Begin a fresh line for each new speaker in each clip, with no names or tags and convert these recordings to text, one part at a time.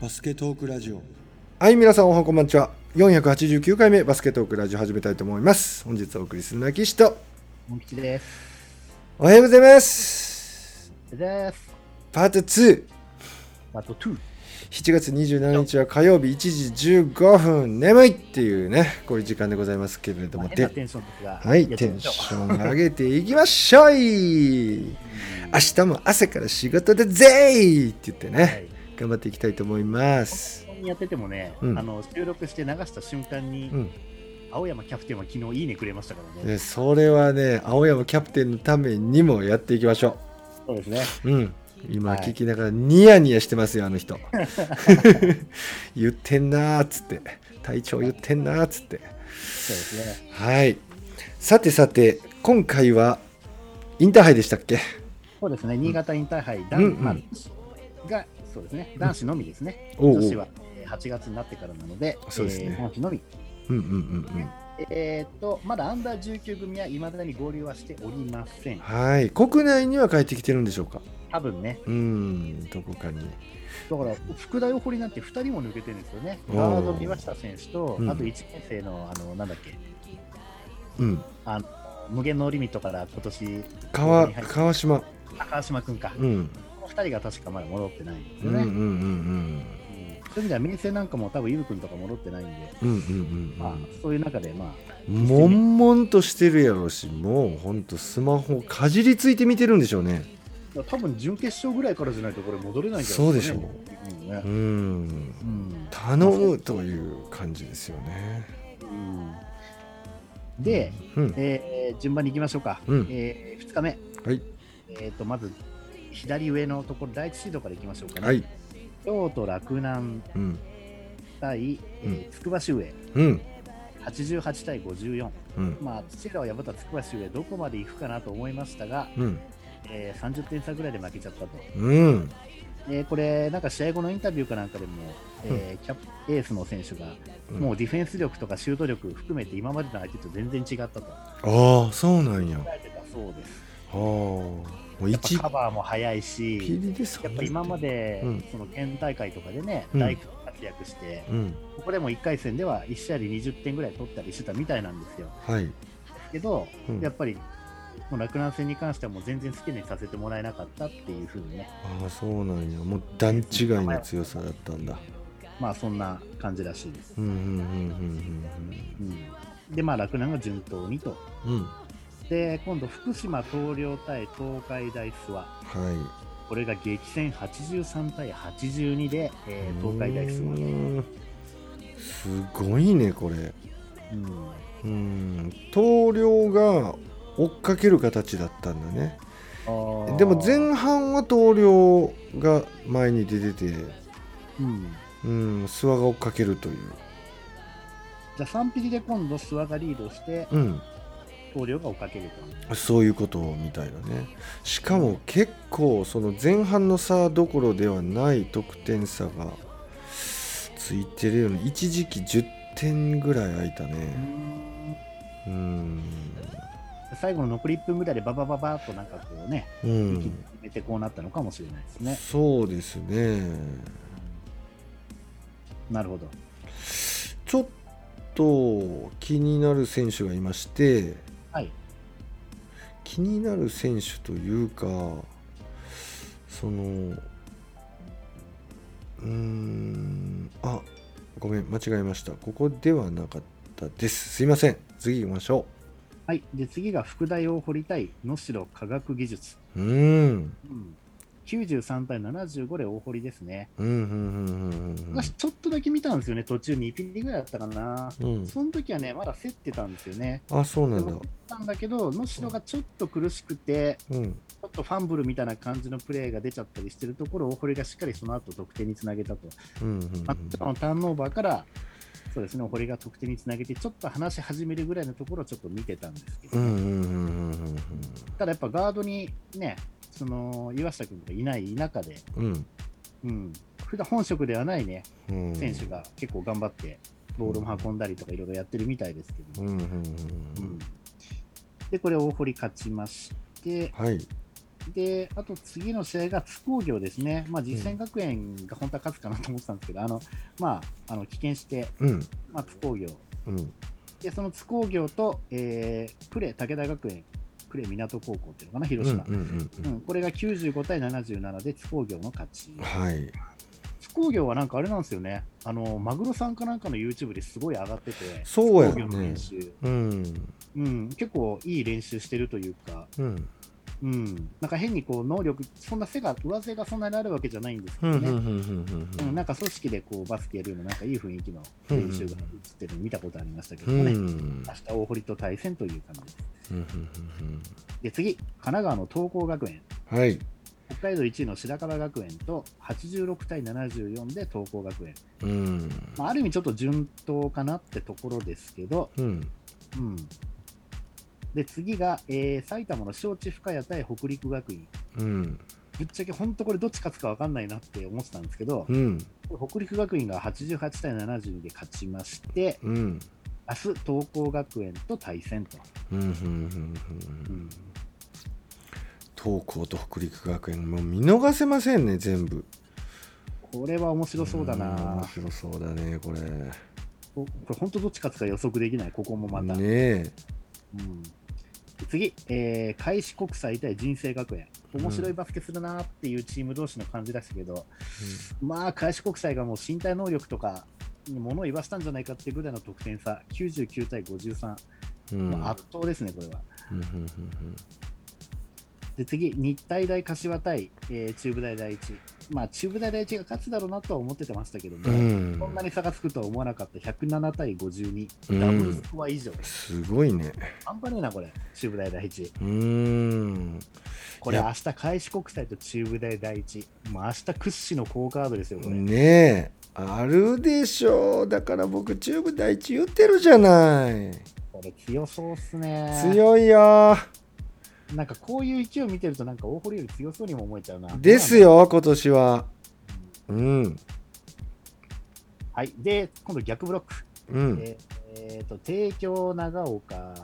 バスケトークラジオ
はい、皆さんおはこんばんちは。489回目バスケトークラジオ始めたいと思います。本日お送りするのは岸と、
モン吉です。
おはようございます。
です。
パート2。
あと2。
7月27日は火曜日1時15分、眠いっていうね、こういう時間でございますけれども、
変な
で
テンションですが。
はい、
やっ
テ
てみ
ン
ま
シ
しょう
ョン上げていきましょうい明日も朝から仕事だぜいって言って
は
ね、
い。
頑張っていきたいと思います。
ここにやっててもね、
うん
あの収録して流した瞬間に、
うん
青山キャプテンは昨日いいねくれましたからね。
でそれはね、青山キャプテンのためにもやっていきましょう。
そうですね。
うん、今
はい
聞きながらニヤニヤしてますよあの 人言ってんなーっつって隊長言ってんなーっつって
そうですね。
はいさてさて今回はインターハイでしたっけ
そうですね。新潟インターハイ
う
男、
んうん
まあがそうですね。男子のみですね。
おうおう
女子はえー8月になってからなので、
そうですね
えー男子のみ。
うんうんうんうん
えーっとまだアンダー19組はいまだに合流はしておりません。
はい国内には帰ってきてるんでしょうか
多分ね。
うんどこかに
だから副大堀なんて2人も抜けてるんですよね、
おー
ガード岩下選手と、
うん
あと1年生のあのなんだっけ
うん
あの、無限のリミットから今年
川
はい
川島
あ川島君か、
うん
この2人が確かまだ戻ってないんです
うん
よ
うんうん
ね。
う
うん
ん
そういう意味では、明星なんかも多分、ゆう君とか戻ってないんで、
うんうんうん
まあ、そういう中で、ま
うん悶々としてるやろうしもうほんとスマホかじりついて見てるんでしょうね
あ、多分準決勝ぐらいからじゃないと、これ戻れないんじゃ
そう
ない
で
で
し
す
ょ
か
う
ね。うんね
うん
うん
頼むという感じですよね。
うんで、
うん、
えー順番に行きましょうか、
うん
え2日目、
はい、
えー、とまず左上のところ、第1シードからいきましょうかね。
はい、
京都洛南
うん、
対、えーつくば市上
うん、
88対54、
うん、
まあ、土浦を破ったつくば市上、どこまで行くかなと思いましたが、
うん、
えー30点差ぐらいで負けちゃったと、
うん、
えーこれ、なんか試合後のインタビューかなんかでも、えーキャプエースの選手が、
うん
もうディフェンス力とかシュート力含めて、今までの相手と全然違ったと、
ああ、そうなんや。あ
えてたそうです。
あ、もう
やっ
一
ぱカバーも早い
ピ
し、
リです
やっぱ今ま。で、
うん
その県大会とかでね、
うん
大工活躍して、
うん、
ここでも1回戦では1試合で20点ぐらい取ったりしてたみたいなんですよ。
はい、
けど、
うん
やっぱり、もう洛南戦に関してはもう全然好きにさせてもらえなかったっていうふうにね、
ああ、そうなんや。もう段違いの強さだったんだ。
まあそんな感じらしいです。
うん、うん、
うん、で、まあ洛南が順当にと。
うん、うん、うん、うん、
で、今度、福島東陵対東海大諏訪。
は
これが激戦83対82で、
い。
えー東海大諏訪ね。
うーんすごいね、これ。
う
う
ん
ん、東陵が追っかける形だったんだね。
あー
でも前半は東陵が前に出てて、
うん
うん、諏訪が追っかけるという。
じゃあ3匹で今度諏訪がリードして
うん、
東陵が追っかけると。
そういうことみたいなね。しかも結構その前半の差どころではない得点差がついてるよね。一時期10点ぐらい空いたね。うん、
最後の残り1分ぐらいでババババーっとなんかこうね、
う
息
ん、
決めてこうなったのかもしれないですね。
そうですね。
なるほど。
ちょっと気になる選手がいまして、
はい
気になる選手というか、その、うーん、あごめん、間違えました。ここではなかったです。すいません。次行きましょ
はい。で、次が副大を掘りたい能代科学技術。
う。うーん。
うん、93対75で大堀ですね。
うん、うん、うん、
私、ちょっとだけ見たんですよね、途中2ピリぐらいだったかな。
うん。うん、
その時はね、まだ競ってたんですよね。
あ、そうなん
で
だ
も。たんだけど、能代がちょっと苦しくて、
うん。
ちょっとファンブルみたいな感じのプレーが出ちゃったりしてるところを、大堀がしっかりその後得点につなげたと。
うん、うんうん
あとのターンオーバーから、そうですね、堀が得点につなげて、ちょっと話し始めるぐらいのところをちょっと見てたんですけど、
うん、うん、うん、うんうん
ただやっぱガードにね、その岩下君がいない中で、
うん、うん
うん、普段本職ではないね、
うん。
選手が結構頑張って、ボールも運んだりとかいろいろやってるみたいですけ
う
ど、
ん、うん、うんう
うんん。で、これ、大堀勝ちまして、
はい。
で、あと次の試合が津工業ですね。まあ、実践学園が本当は勝つかなと思ってたんですけど、あの、まあ、あの、棄権して、
うん
まあ、津工業。
うん
で、その津工業と、えー、呉武田学園、呉港高校っていうのかな、
うん
広
うん
島。
う
うんん、これが95対77で津工業の勝ち
うん。はい
津工業はなんかあれなんですよね、あのマグロさんかなんかの YouTube ですごい上がってて、
そうや
津工業の
ね
練習、
うん
うん、結構いい練習してるというか、
うん
うん、なんか変にこう能力、そんな背が、上背がそんなにあるわけじゃないんですけ
うん
ど
うんうん
ね、
うん
うんなんか組織でこうバスケやるような、なんかいい雰囲気の練習が映ってるの見たことありましたけど
うんう
も
ん
ね、
うん
明日大堀と対戦という感じです。
うんうん
で、次、神奈川の東光学園。
はい
北海道1位の白樺学園と86対74で東光学園、
うん
まあ、ある意味ちょっと順当かなってところですけど、
うん
うん、で次が、えー埼玉の招致深谷対北陸学院、
うん
ぶっちゃけ本当これどっち勝つか分かんないなって思ってたんですけど、
うん
北陸学院が88対72で勝ちまして、
うん
明日東光学園と対戦と。
うんうんうんう
うんん
東高と北陸学園もう見逃せませんね全部
これは面白そうだ
ん
な
面、白そうだねこれ
ここれ本当どっち勝つか予測できない、ここもまた。
ねえ
うん、次、えー、開志国際対人生学園、面白いバスケするなーっていうチーム同士の感じでしたけど、まあ、開志国際がもう身体能力とかに物を言わせたんじゃないかってぐらいの得点差、99対53、
うん
まあ圧倒ですね、これは。
うんうんうん
で次、日体大柏対、えー中部大第一、まあ、中部大第一が勝つだろうなとは思っててましたけども、
うん
こんなに差がつくとは思わなかった107対52、
うん
ダブルスコア以上、
すごいね
半端ねえな、これ、中部大第一。
うーん
これ
いや
明日開志国際と中部大第一、もう明日屈指の好カードですよ、これ。
ねえあるでしょうだから僕チューブ第一言ってるじゃない
これ強そうっすね。
強いよ
なんかこういう勢いを見てると、なんか大堀より強そうにも思えちゃうな。
です。よ今年はうん
はい。で、今度逆ブロック。
うん
えーえーと、帝京長岡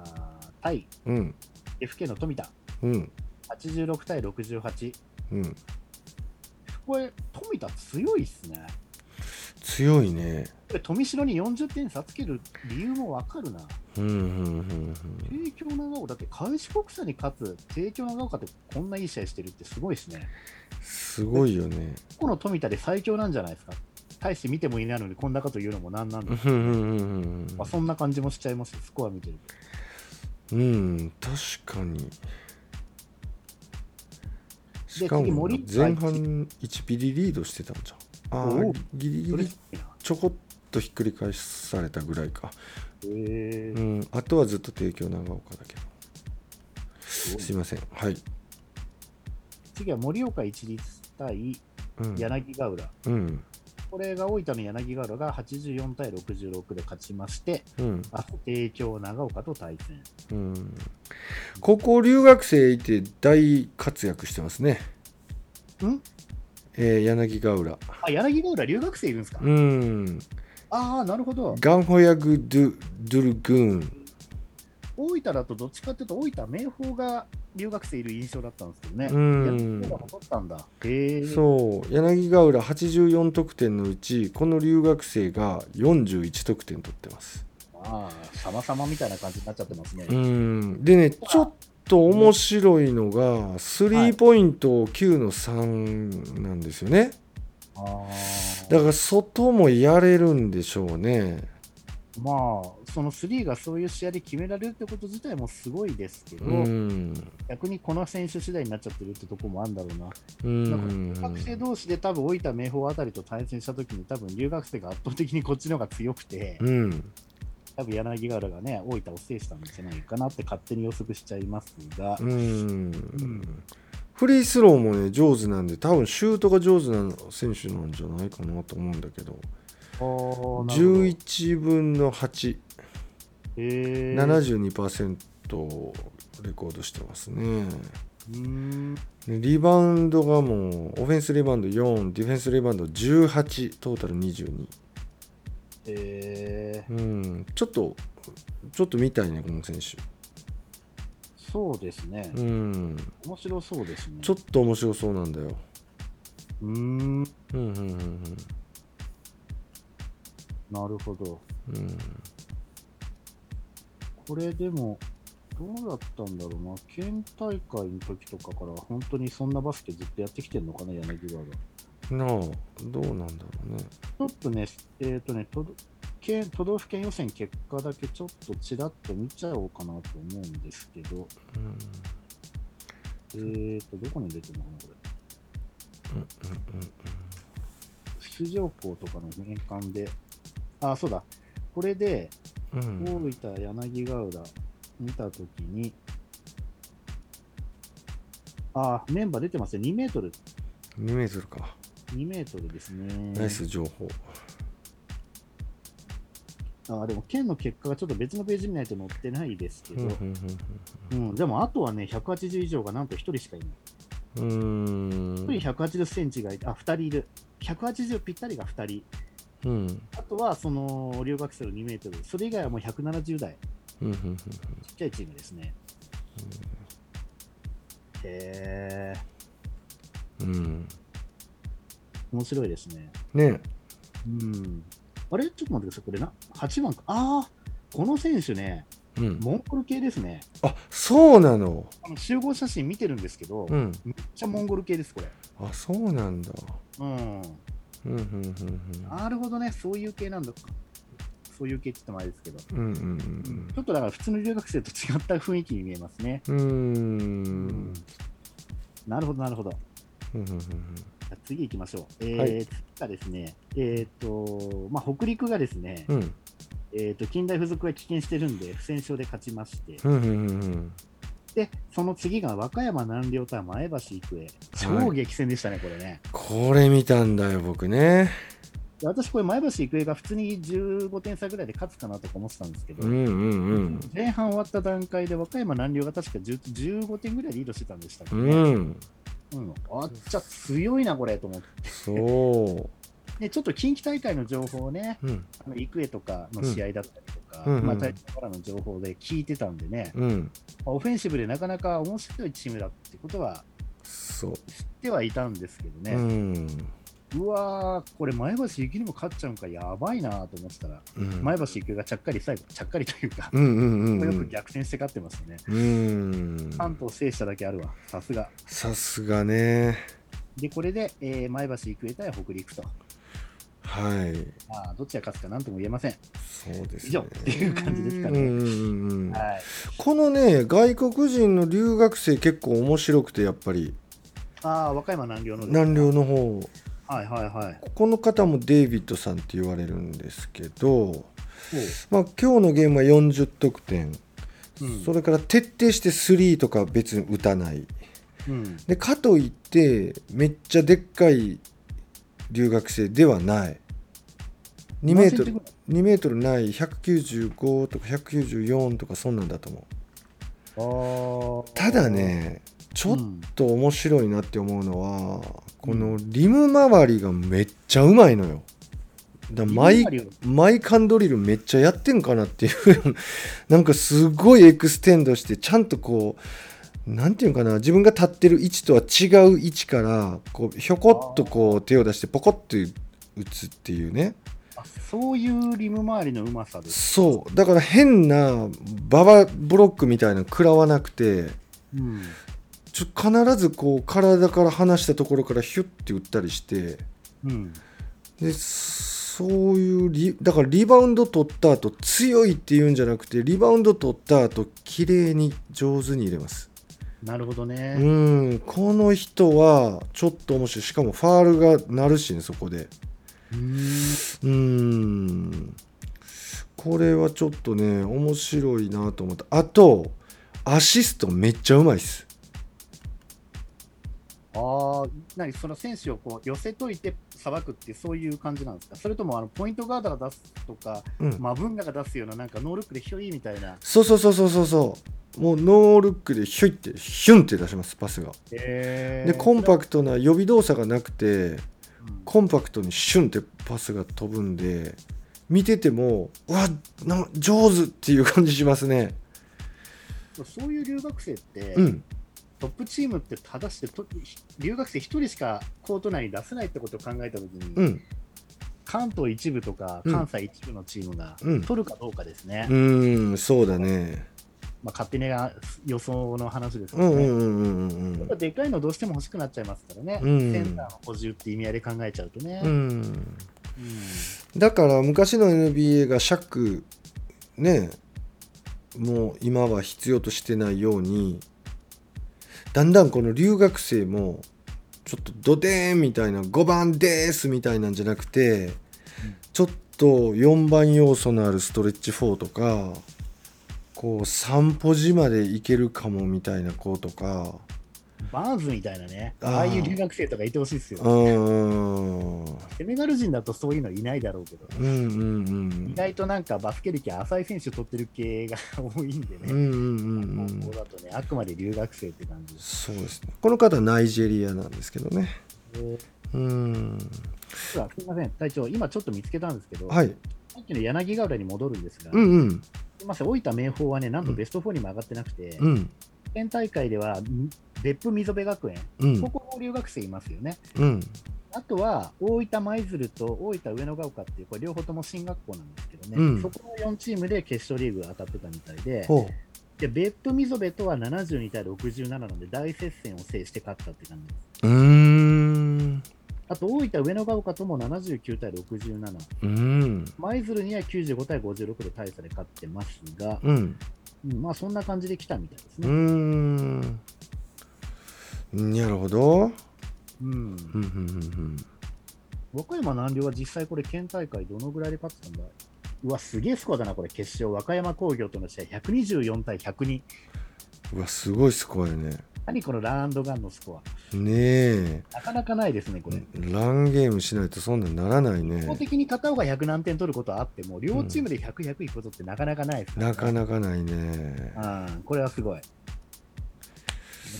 対
うん
FK の富田。
うん
86対68。
うん
これ、富田強いっすね。
強いね
これ富城に40点差つける理由もわかるな。
うんうんうん
帝京長岡、だって開志国際に勝つ帝京長岡ってこんないい試合してるってすごいですね。
うんすごいよね
この富田で最強なんじゃないですか大して見てもいないのにこんなこと言うのもなんなんだ、
うんうんうん
まあ、そんな感じもしちゃいますよスコア見てると
うんうん確かにしか
次
も
森
前半1ピリリードしてたんじゃんあ
お
ー
う
ギリギ
それ
リ
すごいな
ちょこっとひっくり返されたぐらいか、
へ
う
え
ん、あとはずっと帝京長岡だけど
すご
す
い
い
な
ませんはい
次は盛岡一律対
うん
柳ヶ浦
うん
これが大分の柳ヶ浦が84対66で勝ちまして
うん
明日帝京長岡と対戦
うん高校留学生いて大活躍してますね
ん
えー柳ヶ浦
あ柳ヶ浦留学生いるんですか、
うん
ああなるほど
ガンホヤグドゥドゥルグーン
大分だとどっちかっていうと大分明豊が留学生いる印象だったんですけどね
うん
柳ヶ浦も取ったんだへえ
そう柳ヶ浦84得点のうちこの留学生が41得点取ってます
まあ、様々みたいな感じになっちゃってますね。
うんでねちょっと面白いのがスリーポイント9の3なんですよね
あー
だから外もやれるんでしょうね
まあ、その3がそういう試合で決められるってこと自体もすごいですけど、
うん
逆にこの選手次第になっちゃってるってとこもあるんだろうな。
う
なん
ん
か学生同士で多分大分明豊あたりと対戦したときに、多分留学生が圧倒的にこっちの方が強くて、
うん
多分柳ヶ浦がね、大分を制したんじゃないかなって勝手に予測しちゃいますが、
うんフリースローもね上手なんで多分シュートが上手な選手なんじゃないかなと思うんだけど
おーなるほど
11分の8、
へー
72%レコードしてますね。
うーん
でリバウンドがもう、オフェンスリバウンド4、ディフェンスリバウンド18、トータル22。
へー
うん、ちょっと、ちょっと見たいね、この選手。
そうですね、
うん
面白そうですね。
ちょっと面白そうなんだよ
うーん、な
うんうんうんうん
るほど。
うん
これでも、どうだったんだろうな、県大会の時とかから、本当にそんなバスケずっとやってきてるのかな、柳川が。
なあどうなんだろうね
ちょっとね、えっ、とね、都道県都道府県予選結果だけちょっとちらっと見ちゃおうかなと思うんですけど、
うんうん
えっ、ー、と、どこに出てるのかな、これ。出場校とかの年間で、あ、そうだ、これで、
うんうんうん
大分、柳ヶ浦見たときに、あ、メンバー出てますね、2メートル、
2メートルか
2メートルですね。
ナイス情報
あでも、県の結果がちょっと別のページ見ないと載ってないですけ
うんうん
ど、うん、でもあとはね、180以上がなんと1人しかいない。
うんうんう
1
ん
人180センチがいて、あ、2人いる。180ぴったりが2人。
うん
あとは、その、留学生の2メートル。それ以外はもう170代。
うんうんうん
ちっちゃいチームですね。へえ、
うん
面白いですね。
ね
うん。あれちょっと待ってください。これな、8番か。ああ、この選手ね、
うん
モンゴル系ですね。
あそうなの
あの集合写真見てるんですけど、
うん
めっちゃモンゴル系です、これ。
あそうなんだ
う
う
ん。
んうんうん
なるほどね、そういう系なんだ。そういう系って言ってもあれですけど。
うんうんうん
ちょっとだから普通の留学生と違った雰囲気に見えますね。
うんうん
なるほど、なるほど。じ
うんうん
ゃあ次行きましょう。えー
はい
次がですね、えっ、と、まあ、北陸がですね、
うんうん
えっ、と、近代付属が棄権してるんで、不戦勝で勝ちまして、
うんうんうんうん
で、その次が和歌山南陵対前橋育英。超激戦でしたね、これね。
これ見たんだよ僕ね
で私、これ前橋育英が普通に15点差ぐらいで勝つかなとか思ってたんですけど、
うんうん
前半終わった段階で和歌山南陵が確か10 15点ぐらいリードしてたんでしたっけ
う
ど、
んうん
うん、あっちゃ強いな、これと思って、
そ
でちょっと近畿大会の情報をね、
ううん
あの育英とかの試合だったりとか、
うんうんうん
まあ、大会からの情報で聞いてたんでね、
うん
まあオフェンシブでなかなか面白いチームだってことは
そう
知ってはいたんですけど
う
ね、
ん
うわー、これ、前橋行きにも勝っちゃうんか、やばいなと思ってたら、
うん
前橋行きがちゃっかり、最後、ちゃっかりというか、
うんうんうんう
よ
ん
く逆転して勝ってましたね。
うん
関東制しただけあるわ、さすが。
さすがね
で、これで、えー前橋育英対北陸と、
はい
まあ、どっちが勝つかなんとも言えません。
そうですね
以上っていう感じですか
う
ね。
んうんうんうん
はい、
このね外国人の留学生結構面白くてやっぱり
ああ、和歌山南陵のです
南陵の方
はいはいはい。
ここの方もデイビッドさんって言われるんですけど、
おう
まあ、今日のゲームは40得点、
うん
それから徹底してスリーとか別に打たない
うん、
でかといってめっちゃでっかい留学生ではない2メートル
何センチぐらい
2メートルない195とか194とかそんなんだと思う
あー
ただ、ねちょっ
うん
と面白いなって思うのは、このリム周りがめっちゃうまいのよだからマイ
リム周
マイカンドリルめっちゃやってんかな っていうなんかすごいエクステンドしてちゃんとこうなんていうんかな自分が立ってる位置とは違う位置からこうひょこっとこう手を出してポコッと打つっていうね
あそういうリム周りのうまさです。
そうだから変なババブロックみたいなの食らわなくて
うん、
ちょ必ずこう体から離したところからヒュッて打ったりして
うん、
でそういうリだからリバウンド取った後強いっていうんじゃなくてリバウンド取った後綺麗に上手に入れます
なるほど
う
ね。
んこの人はちょっと面白いしかもファールが鳴るしねそこで
うー
うんこれはちょっとね面白いなと思ったあとアシストめっちゃうまいっす
んああ、なにその選手をこう寄せといてさばくっていうそういう感じなんですか。それともあのポイントガードが出すとか、
うん
マブンガが出すようななんかノールックでひょいみたいな。
そうそうそうそうそうそうもうノールックでヒュイってヒュンって出しますパスがで
で
コンパ
ク
クトな予備動作がなくて
ト、
コンパクトにシュンってパスが飛ぶんで見ててもうわな上手っていう感じしますね
そういう留学生って、
うん
トップチームって正してと留学生1人しかコート内に出せないってことを考えたときに、
うん
関東一部とか
うん
関西一部のチームが
うん
取るかどうかですね、
うーんそうだね
まあ、勝手な予想の話ですけ
うん
ど
う
ね、
んうんうんうん
やっぱでかいのどうしても欲しくなっちゃいますからね、
うん
センターの補充って意味合いで考えちゃうとね。
うんうん
うん
だから昔の NBA が尺ねもう今は必要としてないようにだんだんこの留学生もちょっとドデーンみたいな5番ですみたいなんじゃなくてちょっと4番要素のあるストレッチ4とかこう3歩字までいけるかもみたいな子とか
バーンズみたいなね、
あー
ああいう留学生とかいてほしいです
う
よ。
んうん
セネガル人だとそういうのいないだろうけど、
うんうん
意外となんかバスケ歴浅い選手取ってる系が多いんで
うんう
ね、
んうんうん
高校だとね、あくまで留学生って感じです。
そうですね。この方はナイジェリアなんですけどね。うーん。
実はすみません、隊長、今ちょっと見つけたんですけど、
はい。
さっきの柳ヶ浦に戻るんですが、
うんうん。
すみません、大分明豊はね、なんとベスト4にも上がってなくて、
うん。
県大会ではん別府溝部学園、
う
こ
ん。
こも留学生いますよね。
うん。
あとは大分舞鶴と大分上野ヶ丘っていう、これ両方とも進学校なんですけどね、
うん
そこの4チームで決勝リーグが当たってたみたいで、
ほ
で別府溝部とは72対67なので、大接戦を制して勝ったって感じです。
う。うーん。
あと大分上野ヶ丘とも79対67、
うん。
舞鶴には95対56で大差で勝ってますが、
うん。
うんまあそんな感じで来たみたいです
うー
ね。
ん。なるほど。
うん
うんうんうん
和歌山南陵は実際これ県大会どのぐらいで勝ってたんだうわ、すげえスコアだな、これ決勝。和歌山工業との試合、124対102。
うん。うわ、すごいスコアやね。
何このランドガンのスコ
ねえ。
ア。なかなかないですね、これ。
ランゲームしないとそんなんならない
一方
ね。
的に片方が100何点取ることはあっても、両チームで100、100いくことってなかなかないですから
なかなかないね。なる
うん、これはすごい。面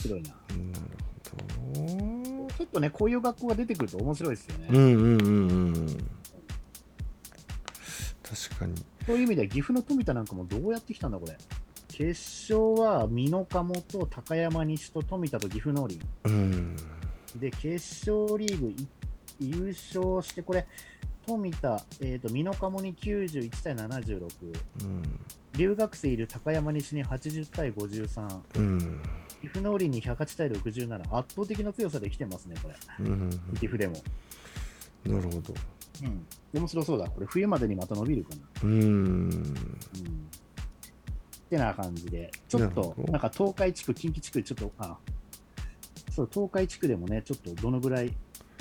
白いな。
ほど。
ちょっとね、こういう学校が出てくると面白いですよね。
うんうんうんうん。確かに。
そういう意味では岐阜の富田なんかもどうやってきたんだ、これ。決勝は美濃加茂と高山西と富田と岐阜農林。
うん。
で、決勝リーグい優勝して、これ、富田、えー、と美濃加茂に91対76、
うん。
留学生いる高山西に80対53、
うん。
岐阜農林に108対67、圧倒的な強さで来てますね、これ、
うん。
岐阜でも。
なるほど。
うん、面白そうだ、これ、冬までにまた伸びるかな。
うん。
うんってな感じで、ちょっ
なる
と
ほ、ど
なんか東海地区、近畿地区、ちょっと、あそう、東海地区でもね、ちょっとどのぐらい、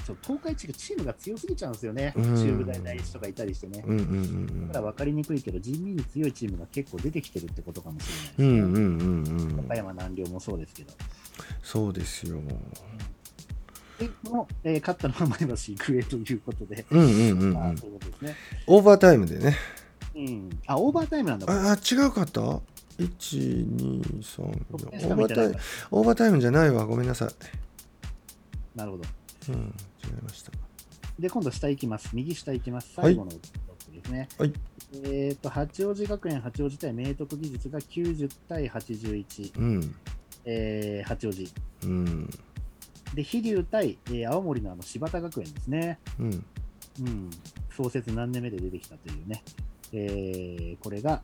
そう東海地区、チームが強すぎちゃうんですよね、
うん
中部大第一とかいたりしてね。
うんうん
だから分かりにくいけど、地味に強いチームが結構出てきてるってことかもし
うん。う
れないで
んう
すね。
んうんう
岡
ん。
山南陵もそうですけど。
そうですよ。
で、この、えー勝ったのは前橋育英ということで、
うんうんうんう
まあ、
ん。
そういうことですね。
オーバータイムでね。
うん。あ、オーバータイムなんだ、これ
ああ、違うかった。一二三。オ
得点し
ー
か
バ
見て
ータ
な
イ
い
ム
か。
オーバータイムじゃないわ。ごめんなさい。
らなるほど。
うん。違いました。
で、今度下行きます。右下行きます。
はい
最後のブロックですね。
はい
えっ、と、八王子学園八王子対明徳義塾が90対81、
うん。
えー八王子。
うん。
で、飛龍対、えー青森のあの柴田学園ですね。
うん。
うん。創設何年目で出てきたというね。えーこれが、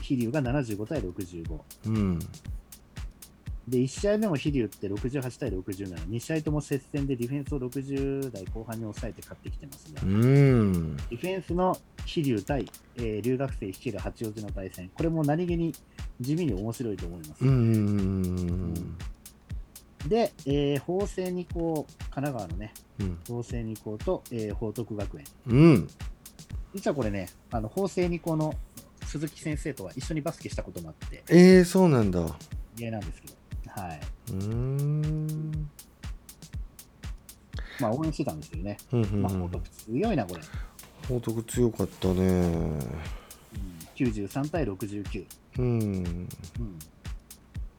飛龍が75対65。
うん。
で、1試合目も飛龍って68対67。2試合とも接戦でディフェンスを60代後半に抑えて勝ってきてますが
う。ん。
ディフェンスの飛龍対、えー留学生率いる八王子の対戦、これも何気に地味に面白いと思います。
うんうんうん
で、えー法政二高、神奈川のね、
うん
法政二高と、えー報徳学園。
うん
実はこれね、あの法政二高の鈴木先生とは一緒にバスケしたこともあって、
えー、そうなんだう
芸なんですけど、はい。
ーん
まあ、応援してたんですけどね。
うんうん
まあ、
う
報
ん
徳強いな、これ。
報徳強かったね
うん、93対69。
うん
うん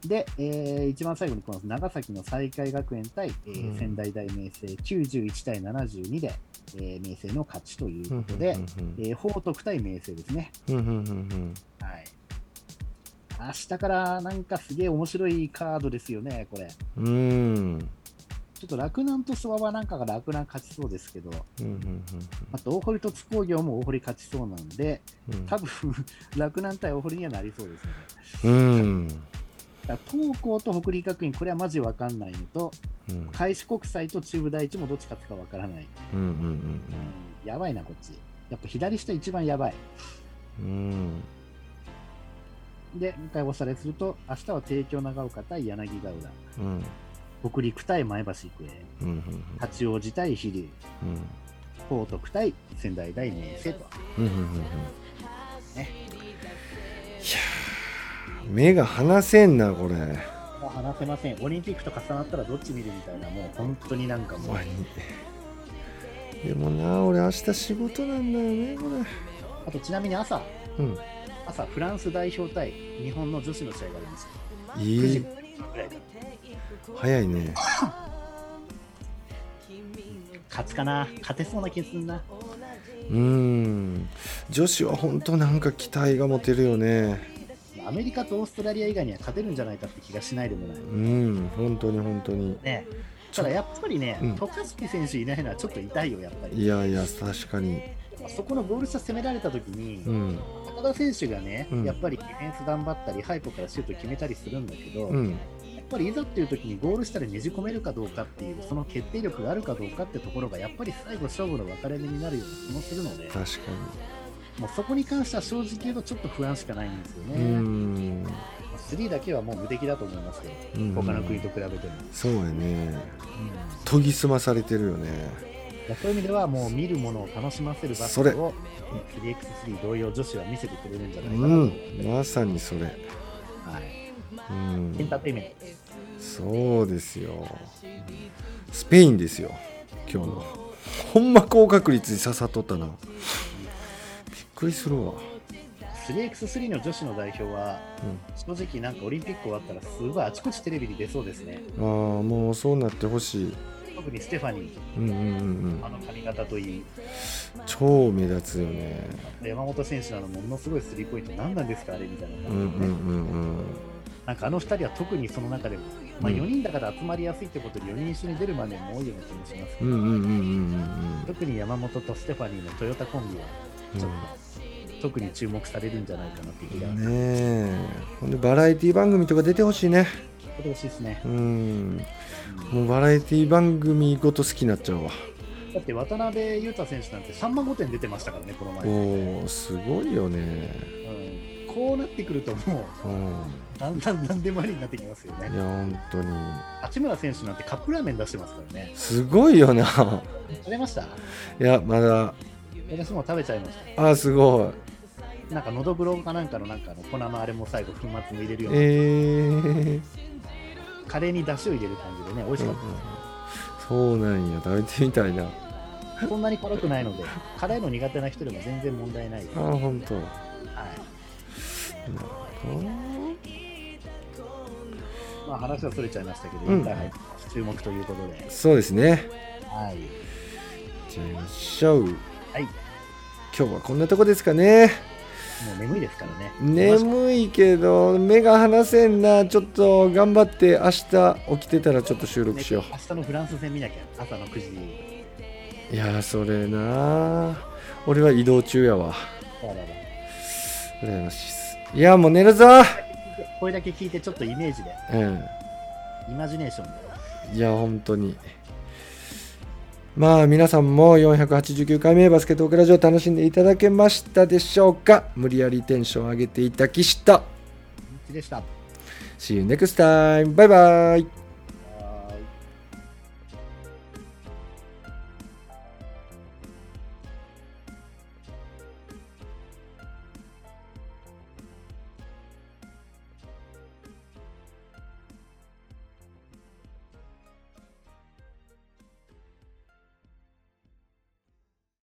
で、えー一番最後にこの長崎の西海学園対、えー
うん
仙台大明星91対72で、えー明星の勝ちということで、
うん
えー報徳対明星ですね。
うんうんうんうん
はい、明日からなんかすげえ面白いカードですよね、これ。
うんうん
ちょっと洛南と諏訪はなんかが洛南勝ちそうですけど、
うんうん
あと大堀と津工業も大堀勝ちそうなんで、
うん
多分 洛南対大堀にはなりそうですよね。
うん
だから東高と北陸学院、これはマジわかんないのと、
うん
開志国際と中部第一もどっち勝つかわからない。
うんうん
やばいな、こっち。やっぱ左下一番やばい。
うんうん
で、迎え押されすると、明日は帝京長岡対柳ヶ浦、
うん
北陸対前橋育
う
英、
んうん
八王子対飛龍、
うん
報徳対仙台大明星と。
うんうんうん
ね
目が離せんなこれ
もう話せません。オリンピックと重なったらどっち見るみたいな、もう本当になんかもう
おい。でもな俺明日仕事なんだよねこ
あとちなみに朝、
れうん
朝フランス代表対日本の女子の試合があります。
い
9時
い
ぐらいだ
早いね
勝つかな勝てそうな気すんな。
うん女子は本当なんか期待が持てるよね
アメリカとオーストラリア以外には勝てるんじゃないかって気がしないでもない。
うん本当に本当に
ね、ただやっぱりね
うん、
渡嘉敷選手いないのはちょっと痛いよ、やっぱり。
いやいや確かに
そこのゴール下攻められた時
う
に、
ん
高田選手がね
うん、
やっぱりディフェンス頑張ったり、ハイポからシュート決めたりするんだけど、
う
や
ん
っぱりいざっていう時にゴール下でねじ込めるかどうかっていう、その決定力があるかどうかってところが、やっぱり最後、勝負の分かれ目になるような気もするので、
確か
もうそこに関しては正直言うと、ちょっと不安しかないんですよ
にう
ね。
ん
3だけはもう無敵だと思いますけ
うん
ど、他の国と比べても。
そうやね研ぎ澄まされてるよね
いやそういう意味ではもう見るものを楽しませるバスケを 3x3 同様女子は見せてくれるんじゃな
う
いかなと、
んまさにそれ
はい、
うん
エンターテインメントです
そうですよスペインですよ今日のほんま高確率に刺さっとったなびっくりするわ
3x3 の女子の代表は正直なんかオリンピック終わったらすごいあちこちテレビに出そうですね
ああもうそうなってほしい
特にステファニー
うんうんうんう
あ
ん
の髪型といい
超目立つよね
山本選手のあのものすごいスリーポイント何なんですかあれみたいな
うん
感
う
じ
ん
でね、
うん
なんかあの2人は特にその中でも、まあ、
うん
4人だから集まりやすいってことで4人一緒に出るまでも多いような気もしますけ
うんう
ど、
んうんうんうんうん
特に山本とステファニーのトヨタコンビはちょっと特に注目されるんじゃないかなっていう気が
うんねえほんでバラエティ番組とか出てほしいね
してほしいですね。
うんもうバラエティ番組ごと好きになっちゃうわ
だって渡辺裕太選手なんて3万5点出てましたからね、この前。
おおすごいよね
うんこうなってくるとも
うん
う、だんだん何でもありになってきますよ
い
ね。
や本当に
八村選手なんてカップラーメン出してますからね。
すごいよな
食べました
いやまだ
私も食べちゃいまし
あーすご
た。なんか、のどぐろかなんかのなんかあの粉のあれも最後、粉末も入れる
い
ような、
えー、
カレーに出汁を入れる感じでね、美味しかっ
そうなんや食べてみたいな
た。そんなに辛くないので、辛いの苦手な人でも全然問題ないです。
あ
は。
ー本当。ないるほど
まあ、話はそれちゃいましたけど、
うん
インターハイ注目ということで、
そうですね
はい、
じゃあ行きましょう
はい、も
今日はこんなとこですかね
う眠いですからね。
眠いけど目が離せんなちょっと頑張って明日起きてたらちょっと収録しよ
明日のフランス戦見なきゃ、朝の9時。
ういやーそれなー俺は移動中やわ
あらら
羨ましいっすいやもう寝るぞ
これだけ聞いて、ちょっとイメージで、
うん
イマジネーションで。
いや本当にまあ皆さんも489回目バスケットオクラジオ楽しんでいただけましたでしょうか無理やりテンション上げていた岸と
でした。
See you next time バイバイ